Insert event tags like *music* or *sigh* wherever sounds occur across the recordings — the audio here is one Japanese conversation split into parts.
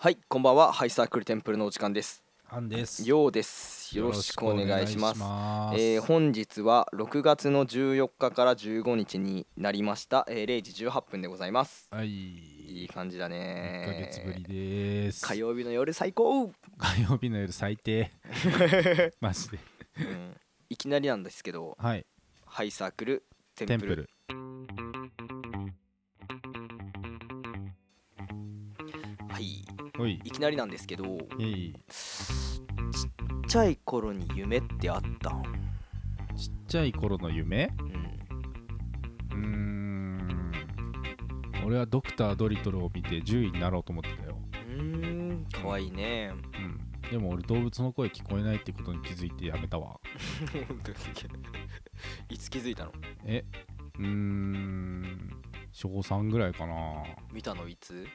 はいこんばんはハイサークルテンプルのお時間ですアンです。ようですよろしくお願いしますよろくお願いしますえー本日は6月の14日から15日になりました、えー0時18分でございますはい。いい感じだ1ねヶ月ぶりです。火曜日の夜最高、火曜日の夜 *laughs* 最低。マジで。うんいきなりなんですけどはい。ハイサークルテンプテンルプル。はいおい。いきなりなんですけどちえっい。ちゃい頃に夢ってあったん、ちっちゃい頃の夢うん、うーん。俺はドクタードリトルを見て獣医になろうと思ってたよ。うーんかわいいね *laughs* うん。でも俺動物の声聞こえないってことに気づいてやめたわ。本当にいつ気づいたのえうーん。小3ぐらいかな。見たのいつ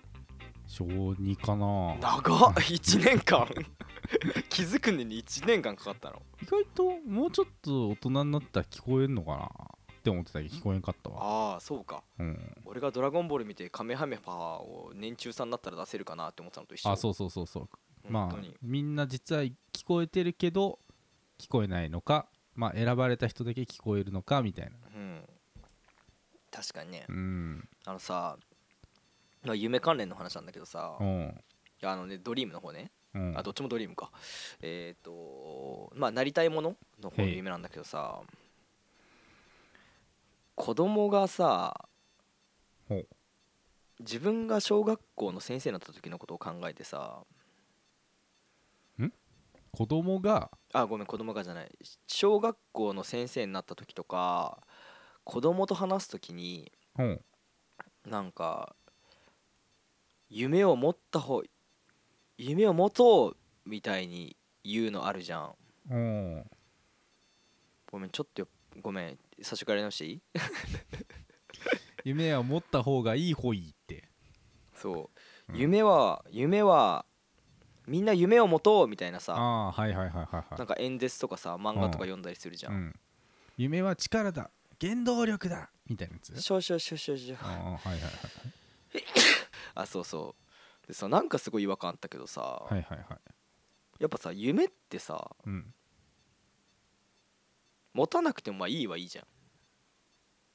小2かな。長っ *laughs* 1年間気づくのに1年間かかったの意外ともうちょっと大人になったら聞こえんのかなって思ってたけど聞こえんかったわああそうかうん俺が「ドラゴンボール」見てカメハメハを年中さんになったら出せるかなって思ってたのと一緒あそうそうそうそうま本当あにみんな実は聞こえてるけど聞こえないのかまあ選ばれた人だけ聞こえるのかみたいなうん確かにねうんあのさまあ夢関連の話なんだけどさうんあのねドリームの方ねうんあどっちもドリームかえっ、とまあなりたいものの方の夢なんだけどさ子供がさほう自分が小学校の先生になった時のことを考えてさ子供があごめん子供がじゃない小学校の先生になった時とか子供と話す時にうんなんか夢を持った方夢を持とうみたいに言うのあるじゃんうんごめんちょっとよごめん最初からやり直していい夢は持った方がいい方いいってそう、うん夢は夢はみんな夢を持とうみたいなさああーはいはいはいはいなはんか演説とかさ漫画とか読んだりするじいゃ、うんん夢は力だ原動力だみたいなやつしょしょしょしょしょああはいはいはい *laughs* あそうそうでさなんかすごい違和感あったけどさ、はいはいはいやっぱさ夢ってさうん持たなくてもまあいいはいいじゃん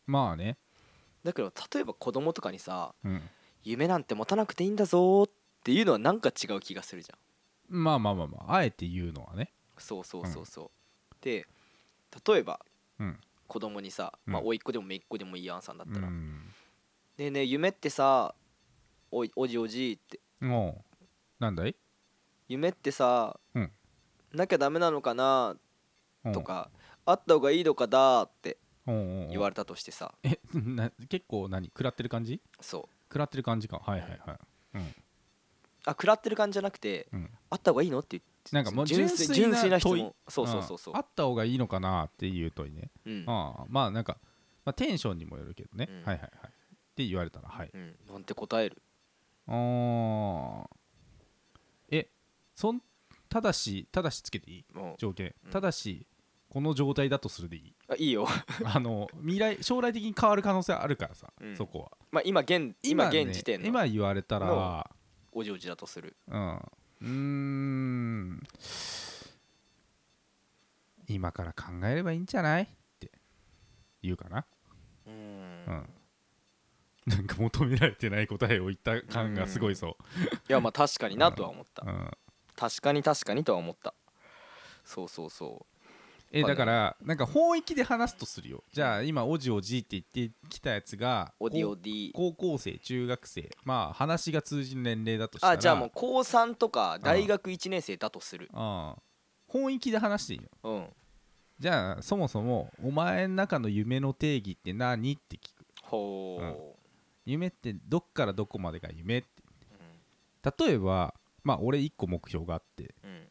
まあね、だけど例えば子供とかにさうん、夢なんて持たなくていいんだぞーっていうのはなんか違う気がするじゃんまあまあまあまああえて言うのはねそうそうそうそう、で例えばうん子供にさ、うんまあ甥っ子でも姪っ子でもいいアンさんだったうら、んねえねえ夢ってさおいおじおじっておうなんだい夢ってさ、うんなきゃダメなのかなおうとか、あった方がいいのかだっておうおうおう言われたとしてさ、えな結構何食らってる感じそう食らってる感じかはいはいはいあ食らってる感じじゃなくてうんあった方がいいのって言ってなんかもう純粋純粋な質純粋問なそうそうそうそんあった方がいいのかなっていう問いね、ううん、ああまあなんか、まあ、テンションにもよるけどね、うんはいはいはいって言われたらはいうん、なんて答えるあーえそんただしただしつけていいもう条件うんただしこの状態だとするでいいあいいよ *laughs* *laughs* あの未来将来的に変わる可能性あるからさ、うんそこはまあ今現今ね現時点の今言われたらおじおじだとするうんうーん今から考えればいいんじゃないって言うかなううんんなんか求められてない答えを言った感がすごいそいやまあ確かになとは思ったう、うん、確かに確かにとは思ったそうそうそえまあねだからなんか本域で話すとするよじゃあ今おじおじって言ってきたやつがうオディオこディう高校生中学生まあ話が通じる年齢だとしたらあじゃあもう高3とか大学1年生だとするああ本域で話していいのうんじゃあそもそもお前の中の夢の定義って何って聞くほ夢ってどっからどこまでが夢ってう例えばまあ俺1個目標があってうん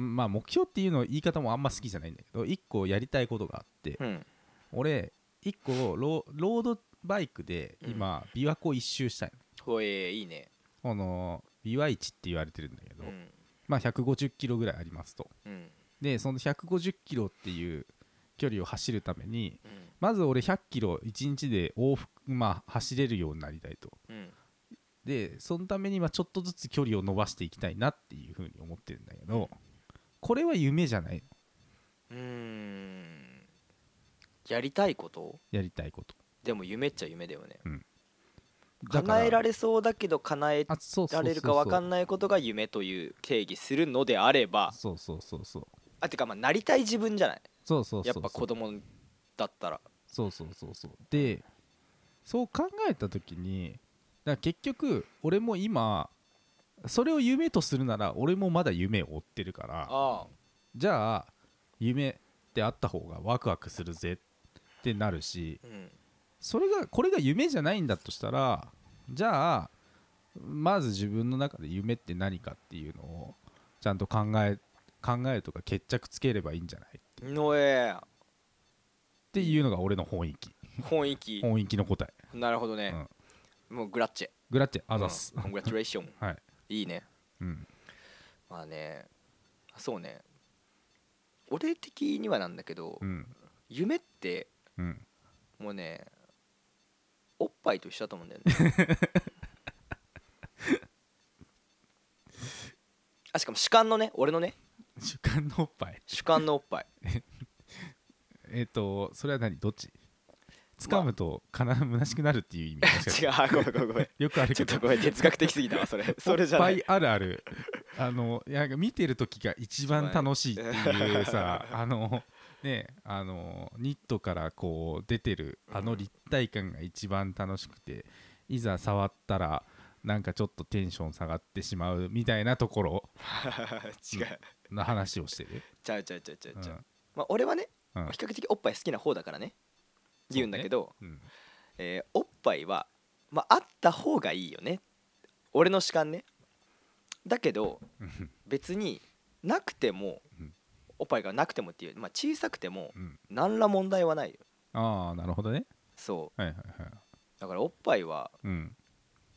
んまあ目標っていうの言い方もあんま好きじゃないんだけど1個やりたいことがあってうん俺1個ロロードバイクで今琵琶湖一周したいほえーいいねの,、あの琵琶市って言われてるんだけうど、んまあ150キロぐらいありますとうんでその150キロっていう距離を走るためにうんまず俺100キロ1日で往復、まあ、走れるようになりたいとうんでそのためにはちょっとずつ距離を伸ばしていきたいなっていうふうに思ってるんだけどこれは夢じゃないのうーんやりたいことやりたいことでも夢っちゃ夢だよねだから叶えられそうだけど叶えあそうそうそうそうられるか分かんないことが夢という定義するのであればそうそうそうそうあてかまあなりたい自分じゃないそうそうそうやっぱ子供だったらそうそうそうそうでそう考えた時にだから結局俺も今それを夢とするなら俺もまだ夢を追ってるからあじゃあ夢ってあった方がワクワクするぜってなるしあうんそれがこれが夢じゃないんだとしたらじゃあまず自分の中で夢って何かっていうのをちゃんと考え考えとか決着つければいいんじゃないっのえていうのが俺の本意気本域本意気の答えなるほどね、もうグラッチェグラッチェあざっす、コングラチュレーションはい、いいねうん、まあねそうね俺的にはなんだけど、うん夢ってうんもうねおっぱいと一緒だと思うんだよ *laughs* ねあしかも主観のね俺のね主観のおっぱい主観のおっぱいえっ、とそれは何どっち掴むと悲しくなるっていう意味もしか *laughs* して違うあごめんごめんごめんよくあるちょけっとどごめん哲学的すぎたわそれそれじゃなおっいぱいあるあるあのいやなんか見てる時が一番楽しいっていう *laughs* さあのねあのニットからこう出てるあの立体感が一番楽しくていざ触ったらなんかちょっとテンション下がってしまうみたいなところ *laughs* 違うの話をしてる、ちゃうちゃうちゃうちゃううちゃんうまあ俺はねうん比較的おっぱい好きな方だからね言うんだけどうん、えーおっぱいはまああった方がいいよね俺の主観ねだけどうん別になくてもうんおっぱいがなくてもっていうまあ小さくてもうん何ら問題はないよああなるほどねそはいはいはいうだからおっぱいはうん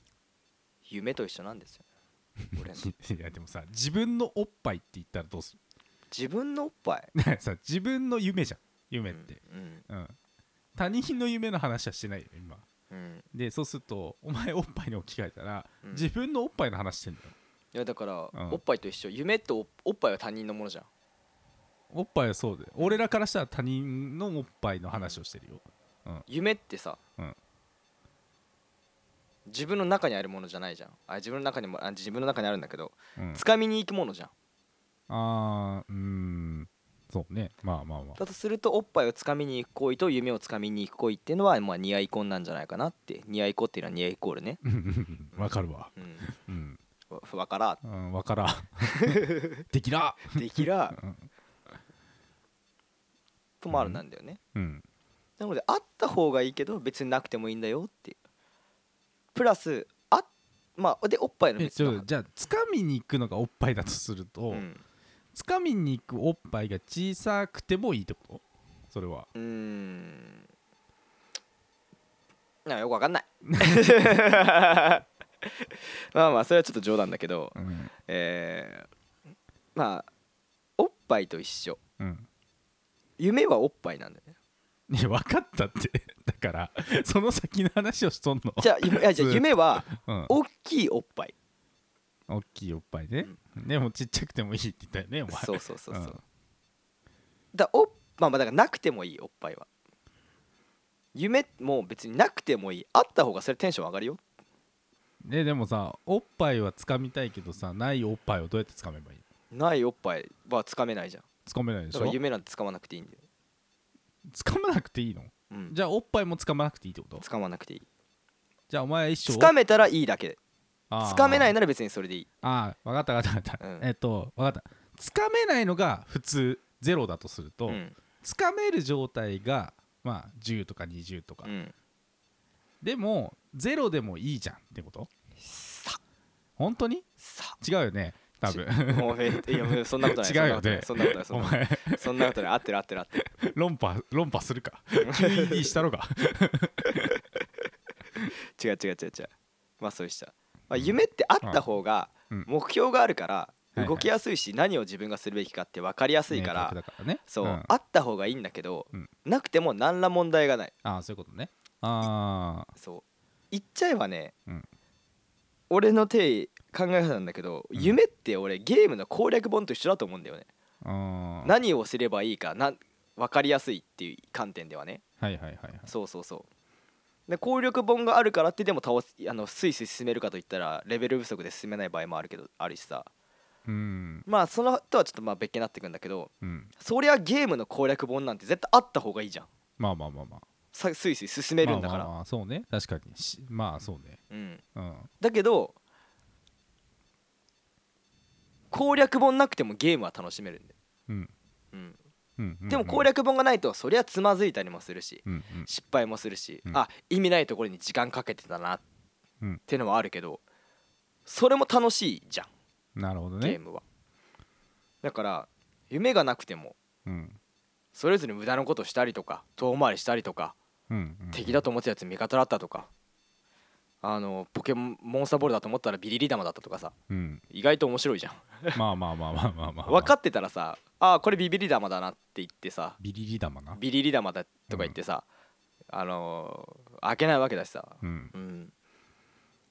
*laughs* 夢と一緒なんですよ俺のいやでもさ自分のおっぱいって言ったらどうする自分のおっぱいだから *laughs* さ自分の夢じゃん夢って、うんうん他人の夢の話はしてないよ今うんうんでそうするとお前おっぱいに置き換えたら、うん自分のおっぱいの話してんだよいやだから、うんおっぱいと一緒夢とおおっぱいは他人のものじゃんおっぱいはそうで俺らからしたら他人のおっぱいの話をしてるよ、夢ってさ、うん自分の中にあるものじゃないじゃんあ自分の中にもあ自分の中にあるんだけどうん、掴みに行くものじゃんあーうーんそうねまあまあまあだとするとおっぱいを掴みに行く行為と夢を掴みに行く行為っていうのは、まあ、似合い婚なんじゃないかなって似合い婚っていうのは似合いイコールねうん *laughs* わかるわうんうん、わわからうん、わからん *laughs* できらんできらうんともあるなんだよね、うんなのであった方がいいけど別になくてもいいんだよっていうプラスあまあでおっぱいのえ別ちのょじゃあつかみに行くのがおっぱいだとすると、うんつかみに行くおっぱいが小さくてもいいってことそれはうーんなんかよくわかんない *laughs* まあまあそれはちょっと冗談だけどうんえーまあおっぱいと一緒うん夢はおっぱいなんだよねいや分かったって *laughs* だからその先の話をしとんのじゃあ夢い *laughs* やじゃあずっと夢はうん、大きいおっぱい大きいおっぱいね、でもちっちゃくてもいいって言ったよねお前そうそうそうそう、うんだおまあまあだからなくてもいいおっぱいは夢も別になくてもいいあった方がそれテンション上がるよででもさおっぱいはつかみたいけどさないおっぱいをどうやってつかめばいいないおっぱいはつかめないじゃんつかめないでしだからょ夢なんてつかまなくていいんだよ、つかまなくていいのうん、じゃあおっぱいもつかまなくていいってことつかまなくていいじゃあお前一生つかめたらいいだけつかめないのなら別にそれでいいああ分かった分かった分かった、うんえっと分かったつかめないのが普通ゼロだとするうと、んつかめる状態がまあ10とか20とか、うんでもゼロでもいいじゃんってことさ本当にさ違うよね多分もうめいやもうそんなことない違うよねそんなことないそんおなことない前そんなことない合ってる合ってる合ってる論破論破す *laughs* るか QED したろか違う違う違う違うまあそうでした、まあ、夢ってあった方がうん目標があるからはいはい動きやすいし何を自分がするべきかって分かりやすいか明確らだからねそうんあった方がいいんだけどうんなくても何ら問題がないああそういうことねああそう言っちゃえばねうん俺の手考え方なんだけど、ん夢って俺ゲームの攻略本と一緒だと思うんだよね、あー何をすればいいかな分かりやすいっていう観点ではねはいはいはいはいそうそうそうで攻略本があるからってでも倒すあのスイスイ進めるかといったらレベル不足で進めない場合もあるけどあるしさうんまあそのとはちょっとまあ別件になってくんだけどうんそりゃゲームの攻略本なんて絶対あった方がいいじゃんまあまあまあまあさスイスイ進めるんだから、まあまあまあそうね確かにしまあそうねうんうんだけど攻略本なくてもゲームは楽しめるんで、うんうん、うんうんでも攻略本がないとそりゃつまずいたりもするしうんうん失敗もするし、うんあ意味ないところに時間かけてたなっうんてのはあるけどそれも楽しいじゃんなるほどゲーねムは、だから夢がなくてもうんそれぞれ無駄なことしたりとか遠回りしたりとかうんうん敵だと思ってたやつ味方だったとかあのポケモンモンスターボールだと思ったらビリリ玉だったとかさうん意外と面白いじゃんまあまあまあまあまあまあ分かってたらさ「ああこれビビリ玉だな」って言ってさビリリ玉なビリリ玉だとか言ってさ、あのー開けないわけだしさ、うんうん、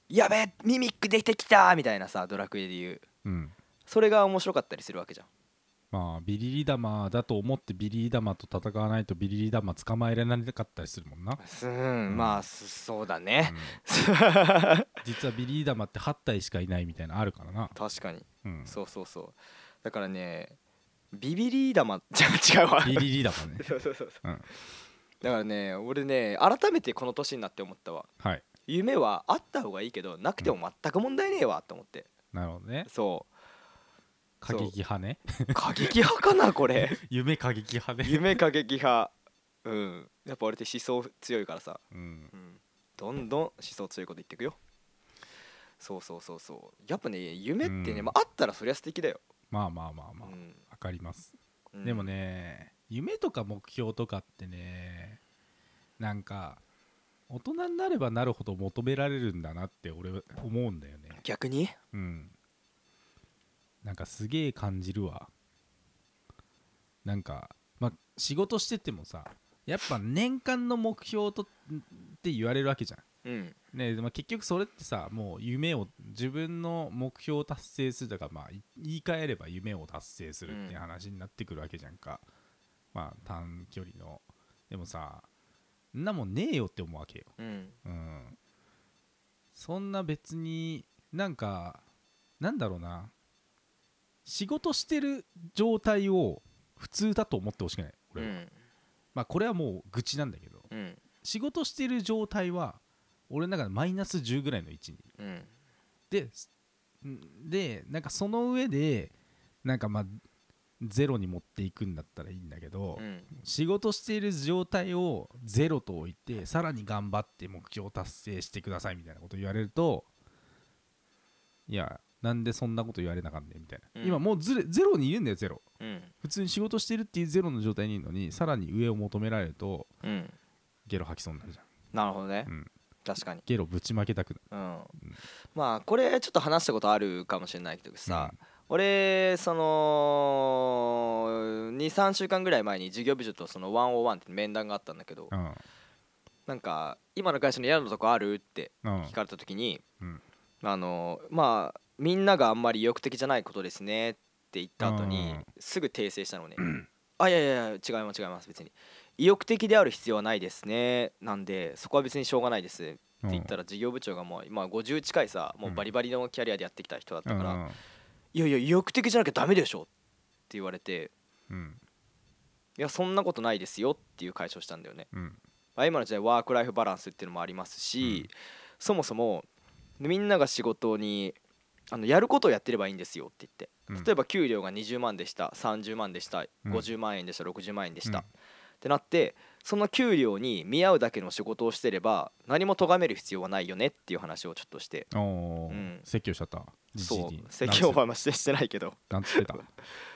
やべえミミックできてきたみたいなさドラクエで言ううんそれが面白かったりするわけじゃんまあビリリ玉だと思ってビリリ玉と戦わないとビリリ玉捕まえられなかったりするもんな、すんまあすそうだね *laughs* う、ん確実はビリリ玉って8体しかいないみたいなのあるからな、かにうん、そうそうそうだからねビビリ玉 *laughs* じゃ違うわビリリ玉 *laughs* ねそうそうそうそううんだからね俺ね改めてこの年になって思ったわはい夢はあった方がいいけどなくても全く問題ねえわと思ってなるほどねそ過激派ねう過激派かなこれ *laughs* 夢過激派ね、夢過激派うんやっぱ俺って思想強いからさ、うん、うん、どんどん思想強いこと言ってくよそうそうそうそうやっぱね夢ってね、うんまあ、あったらそりゃ素敵だよ、まあまあまあまあうわ、んかります、うんでもね夢とか目標とかってねなんか大人になればなるほど求められるんだなって俺は思うんだよね逆にうんなんかすげえ感じるわなんかまあ仕事しててもさやっぱ年間の目標とって言われるわけじゃんうんねまあ、結局それってさもう夢を自分の目標を達成するとか、まあ、い言い換えれば夢を達成するっていう話になってくるわけじゃんか、まあ短距離のでもさんなもんねえよって思うわけようんうんそんな別になんかなんだろうな仕事してる状態を普通だと思ってほしくない俺は、まあこれはもう愚痴なんだけどうんうん仕事してる状態は俺の中でマイナス10ぐらいの位置にうんですんでなんかその上でなんかまあゼロに持っていくんだったらいいんだけど、うん仕事している状態をゼロと置いてさらに頑張って目標を達成してくださいみたいなこと言われるといやなんでそんなこと言われなかんねんみたいな、うん今もうずれゼロにいるんだよゼロうん普通に仕事してるっていうゼロの状態にいるのにさらに上を求められるとうんゲロ吐きそうになるじゃんなるほどね、うん確かにゲロぶちまけたくなるうん、まあこれちょっと話したことあるかもしれないけどさ、俺その23週間ぐらい前に事業部長とその101って面談があったんだけどうんうんなんか今の会社に嫌なとこあるってうん聞かれた時に、うんあのーまあみんながあんまり意欲的じゃないことですねって言った後にうんすぐ訂正したのね、あいやいやいや違います違います別に意欲的である必要はないですねなんでそこは別にしょうがないですって言ったら事業部長がもう今50近いさもうバリバリのキャリアでやってきた人だったから、うんいやいや意欲的じゃなきゃダメでしょって言われてうんいやそんなことないですよっていう解消したんだよね、うんまあ、今の時代ワーク・ライフ・バランスっていうのもありますし、そもそもみんなが仕事にあのやることをやってればいいんですよって言って例えば給料が20万でした30万でしたうん50万円でした60万円でした、うんってなってその給料に見合うだけの仕事をしてれば何も咎める必要はないよねっていう話をちょっとしておお、うん説教しちゃったそうじじい説教はましてしてないけどなんつってたう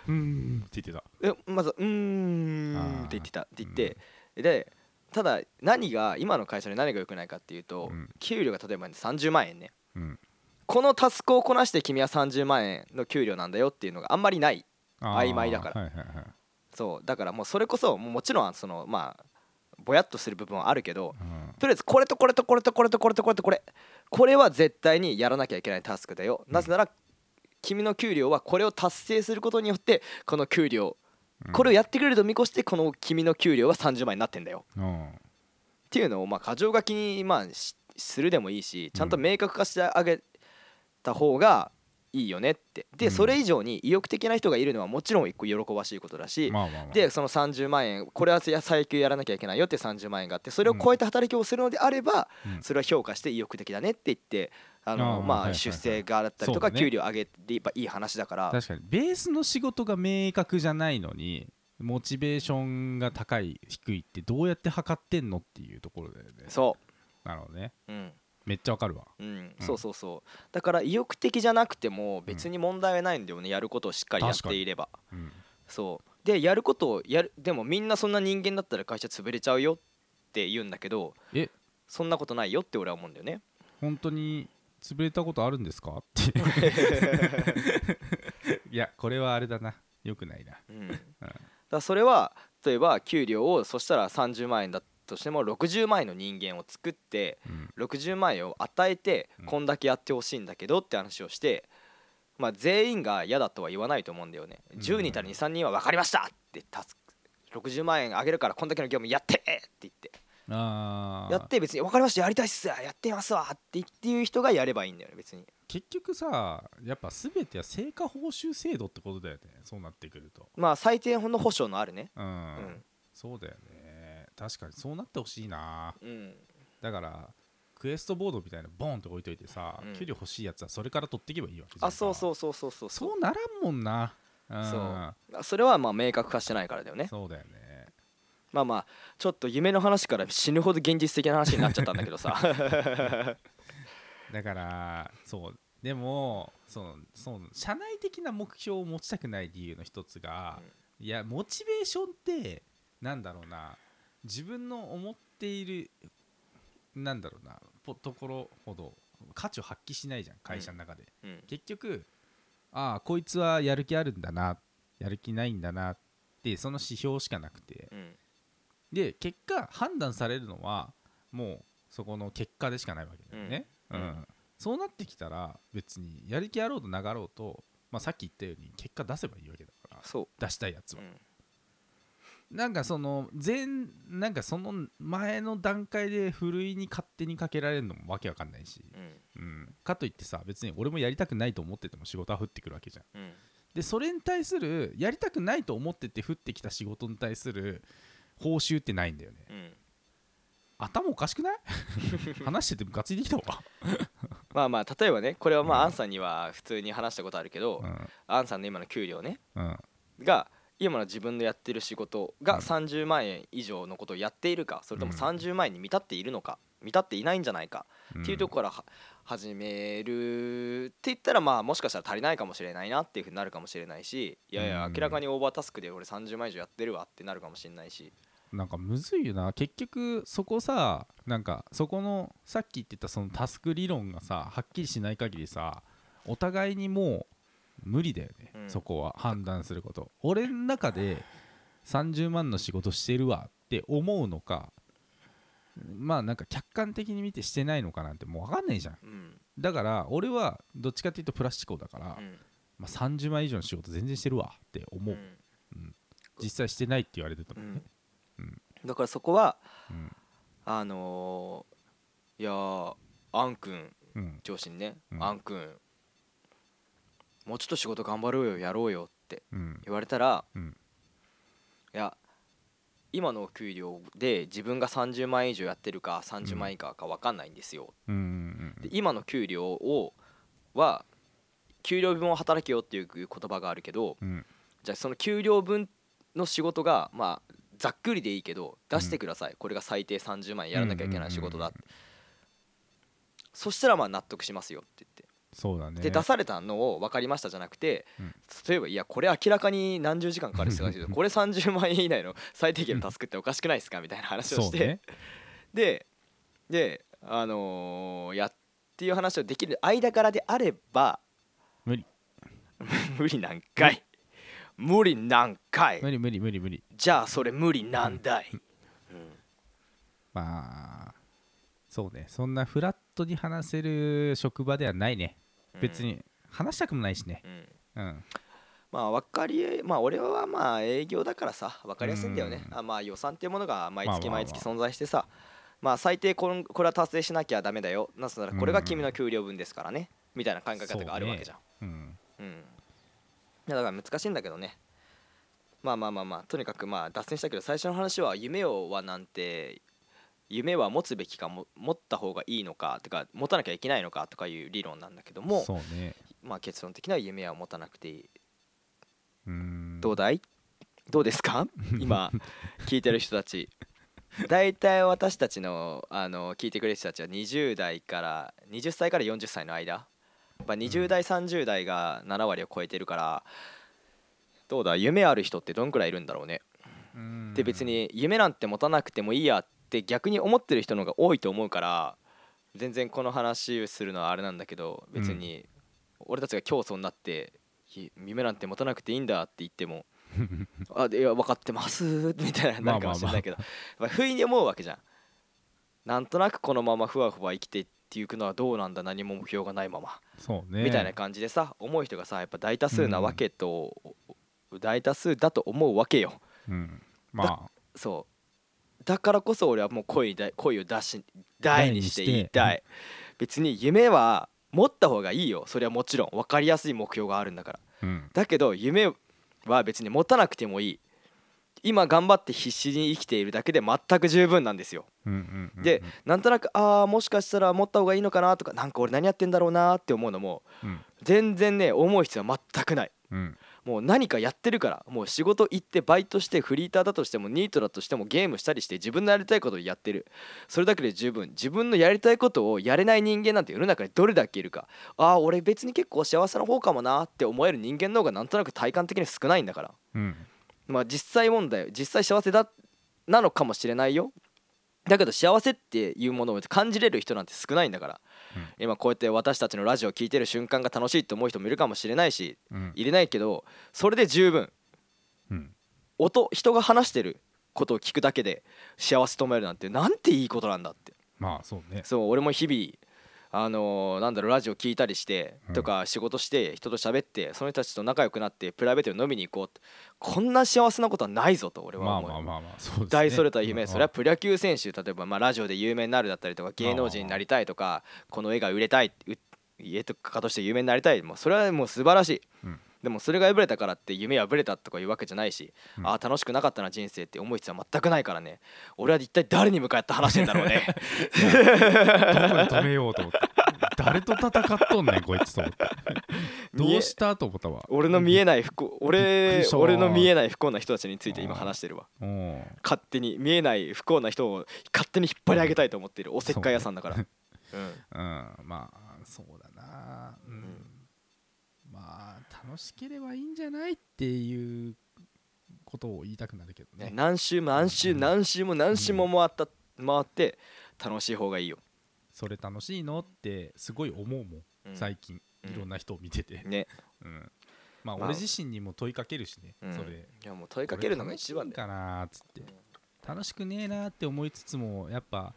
ーんって言ってたえまず「うーん」って言ってたって言って、でただ何が今の会社で何が良くないかっていうと、うん給料が例えばね30万円ねうんこのタスクをこなして君は30万円の給料なんだよっていうのがあんまりないあー曖昧だからはいはいはいそうだからもうそれこそもうもちろんそのまあぼやっとする部分はあるけどうんとりあえずこれとこれとこれとこれとこれとこれとこれこれは絶対にやらなきゃいけないタスクだよなぜなら君の給料はこれを達成することによってこの給料うんこれをやってくれると見越してこの君の給料は30万になってんだようんっていうのをまあ過剰書きにまあしするでもいいしちゃんと明確化してあげた方がいいよねってうでんそれ以上に意欲的な人がいるのはもちろん一個喜ばしいことだしまあまあまあでその30万円これは最給やらなきゃいけないよって30万円があってそれを超えた働きをするのであればうんそれは評価して意欲的だねって言ってああーのはいはいまはあい出世がだったりとかそうだね給料上げればいい話だから確かにベースの仕事が明確じゃないのにモチベーションが高い低いってどうやって測ってんのっていうところだよねそなるほどねううんめっちゃわかるわうんうんそうそうそうだから意欲的じゃなくても別に問題はないんだよねやることをしっかりやっ確かてにいれば。うんそうでやることをやるでもみんなそんな人間だったら会社潰れちゃうよって言うんだけどえそんなことないよって俺は思うんだよね本当に潰れたことあるんですかって *laughs* いやこれはあれだなよくないな *laughs* うんだからそれは例えば給料をそしたら30万円だとしても60万円の人間を作ってうん60万円を与えてうんこんだけやってほしいんだけどって話をして、まあ、全員が嫌だとは言わないと思うんだよねうん10人いたら23人は分かりましたってタスク60万円あげるからこんだけの業務やってって言ってあーやって別に分かりましたやりたいっすやってますわって言う人がやればいいんだよね別に結局さやっぱ全ては成果報酬制度ってことだよねそうなってくるとまあ最低の保証のあるねうん、うんそうだよね確かにそうなってほしいなうんだからクエストボードみたいなのボンって置いといてさ、うん給料欲しいやつはそれから取っていけばいいわけじゃんあそううそうそうそうそうそうならんもんなうんそうあそれはまあ明確化してないからだよねそうだよねまあまあちょっと夢の話から死ぬほど現実的な話になっちゃったんだけど *laughs* さだからそうでもそのその社内的な目標を持ちたくない理由の一つが、いやモチベーションってなんだろうな自分の思っているなんだろうなぽところほど価値を発揮しないじゃん会社の中で、うん結局ああこいつはやる気あるんだなやる気ないんだなってその指標しかなくてうんで結果判断されるのはもうそこの結果でしかないわけだよね、ううんんうんそうなってきたら別にやる気あろうとなかろうと、まあ、さっき言ったように結果出せばいいわけだからそ出したいやつう、はう、んなんかその前なんかその前の段階でふるいに勝手にかけられるのもわけわかんないし、うんうん、かといってさ別に俺もやりたくないと思ってても仕事は降ってくるわけじゃんうんでそれに対するやりたくないと思ってて降ってきた仕事に対する報酬ってないんだよねうん頭おかしくない *laughs* 話しててムカついて *laughs* きたわ、まあまあ例えばねこれはまうあんアンさんには普通に話したことあるけどうんアンさんの今の給料ねうん、が今の自分のやってる仕事がうん30万円以上のことをやっているかそれともうん30万円に満たっているのか満たっていないんじゃないかんっていうとこからは始めるって言ったらまあもしかしたら足りないかもしれないなっていうふうになるかもしれないしいやいうやん明らかにオーバータスクで俺30万円以上やってるわってなるかもしれないしなんかむずいよな結局そこさなんかそこのさっき言ってたそのタスク理論がさはっきりしない限りさお互いにもう無理だよね、うんそこは判断すること俺の中で30万の仕事してるわって思うのかまあなんか客観的に見てしてないのかなんてもう分かんないじゃんうんだから俺はどっちかっていうとプラスチコだから、うんまあ、30万以上の仕事全然してるわって思うう、ん実際してないって言われてたうもんねん、うんだからそこはうんあのーいやーアン君うん上司にねうんアン君もうちょっと仕事頑張ろうよやろうよってうん言われたらうんいや今のお給料で自分が30万円以上やってるか30万円以下か分かんないんですよ、うんうんで今の給料をは給料分を働けよっていう言葉があるけどうんうんじゃあその給料分の仕事がまあざっくりでいいけど出してください、これが最低30万円やらなきゃいけない仕事だって、そしたらまあ納得しますよって言ってそうだねで出されたのを分かりましたじゃなくて、うん例えばいやこれ明らかに何十時間かかる人がいるけどこれ30万円以内の最低限のタスクっておかしくないですかみたいな話をそしうて、ねでであのーやっていう話をできる間柄であれば *laughs* 無理無理なんかい無理なんかい無理無理無理無理じゃあそれ無理なんだい、うんまあそうねそんなフラットに話せる職場ではないねうん別、に話したくもないしねうんうんまあ分かりまあ俺はまあ営業だからさ分かりやすいんだよね、うんあまあ予算っていうものが毎まあま月あまあ毎月存在してさ、まあ最低このこれは達成しなきゃダメだよなぜならこれが君の給料分ですからね、みたいな考え方があるわけじゃんうんうん、いやだから難しいんだけどねまあまあまあまあとにかくまあ脱線したけど最初の話は夢をはなんて夢は持つべきかも持った方がいいのかとか持たなきゃいけないのかとかいう理論なんだけども、そうねまあ、結論的には夢は持たなくていい、うんどうだいどうです *laughs* か今聞いてる人たち大体私たちのあの聞いてくれる人たちは20代から20歳から40歳の間、まあ、20代30代が7割を超えてるからどうだ夢ある人ってどんくらいいるんだろうねうんで別に夢なんて持たなくてもいいやって逆に思ってる人の方が多いと思うから全然この話するのはあれなんだけど別に俺たちが競争になってひ夢なんて持たなくていいんだって言って *laughs* もあでいや分かってますみたいななんかもしれないけどまあ不意に思うわけじゃんなんとなくこのままふわふわ生きてっていくのはどうなんだ何も目標がないままそうねみたいな感じでさ思う人がさやっぱ大多数なわけと大多数だと思うわけようんまあそうだからこそ俺はもう声にだ声を出し大にして大にして言いたい別に夢は持った方がいいよそれはもちろん分かりやすい目標があるんだからうんだけど夢は別に持たなくてもいい今頑張って必死に生きているだけで全く十分なんですようんうんうんでなんとなくああもしかしたら持った方がいいのかなとかなんか俺何やってんだろうなって思うのもうん全然ね思う必要は全くないうんもう何かやってるからもう仕事行ってバイトしてフリーターだとしてもニートだとしてもゲームしたりして自分のやりたいことをやってるそれだけで十分自分のやりたいことをやれない人間なんて世の中にどれだけいるかああ俺別に結構幸せな方かもなって思える人間の方がなんとなく体感的に少ないんだからうんまあ実際問題実際幸せだなのかもしれないよだけど幸せっていうものを感じれる人なんて少ないんだから、う今こうやって私たちのラジオを聞いてる瞬間が楽しいって思う人もいるかもしれないしうん入れないけどそれで十分うん音人が話してることを聞くだけで幸せと思えるなんてなんていいことなんだってまあそうねそう俺も日々あのーなんだろうラジオ聞いたりしてうんとか仕事して人と喋ってその人たちと仲良くなってプライベートで飲みに行こうってこんな幸せなことはないぞと俺まはあ思う、まあまあまあそうですね大それた夢うんそれはプロ野球選手例えばまあラジオで有名になるだったりとか芸能人になりたいとかこの絵が売れたいう絵とかとして有名になりたいもうそれはもう素晴らしい、うんでもそれが破れたからって夢破れたとかいうわけじゃないし、うんああ楽しくなかったな人生って思う必要は全くないからね俺は一体誰に向かって話してんだろう *laughs* ねどこで止めようと *laughs* 思って誰と戦っとんねんこいつと思ってどうしたと思ったわ俺の見えない不幸びっくり俺した俺の見えない不幸な人たちについて今話してるわうん勝手に見えない不幸な人を勝手に引っ張り上げたいと思っているおせっかい屋さんだから、うんうんまあそうだなうん、まあ楽しければいいんじゃないっていうことを言いたくなるけどね何周も何周うん何周も何周も回った回って楽しい方がいいよ、それ楽しいのってすごい思うもん、うん最近うんいろんな人を見てて、ねうんまあまあ俺自身にも問いかけるしね、うんそれいやもう問いかけるのが一番だよ俺楽しいんかなーっつって楽しくねえなーって思いつつもやっぱ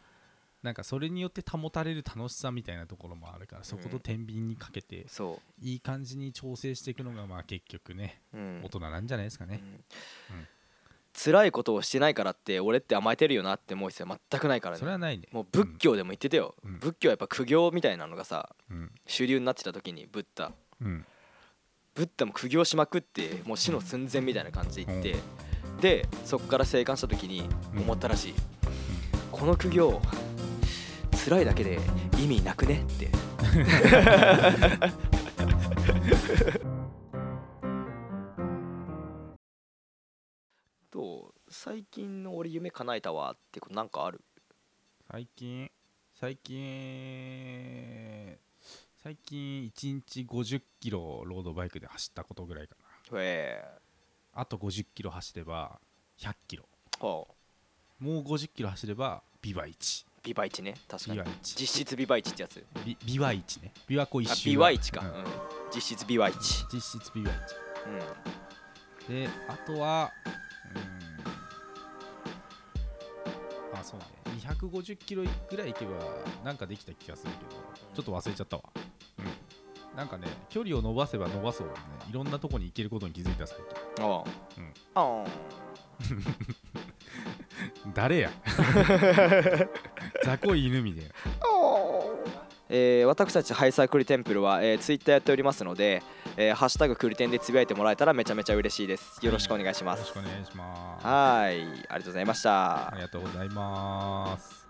なんかそれによって保たれる楽しさみたいなところもあるからそこと天秤にかけてそいい感じに調整していくのがまあ結局ねう、うん大人なんじゃないですかね、うん辛いことをしてないからって俺って甘えてるよなって思う必要は全くないからそれねはないねもう仏教でも言ってたよ、うん仏教はやっぱ苦行みたいなのがさうん主流になってた時にブッダうんブッダも苦行しまくってもう死の寸前みたいな感じで行って、でそこから生還した時に思ったらしい、この苦行辛いだけで意味なくねって *laughs* どう最近の俺夢叶えたわってことなんかある最近最近最近1日50キロロードバイクで走ったことぐらいかへえなあと50キロ走れば100キロはあもう50キロ走ればビワ1ビバイチね確かビにワ1実質ビバイチってやつビビワ1ねビワ湖一あ周ビワイチか、ううんん、実質ビワイチ、実質ビワうん、 1であとはうーんあまあそうね250キロぐらいいけばなんかできた気がするけどちょっと忘れちゃったわうんなんかね距離を伸ばせば伸ばすほどねいろんなとこに行けることに気づいた最あうんあ、うん、あ近誰 *laughs* や雑魚い犬みたいなえー私たちハイサイクルテンプルは、えツイッター Twitter やっておりますので、えーハッシュタグクルテンでつぶやいてもらえたらめちゃめちゃ嬉しいですよろしくお願いしまよろすしくお願いしますはいありがとうございましたありがとうございます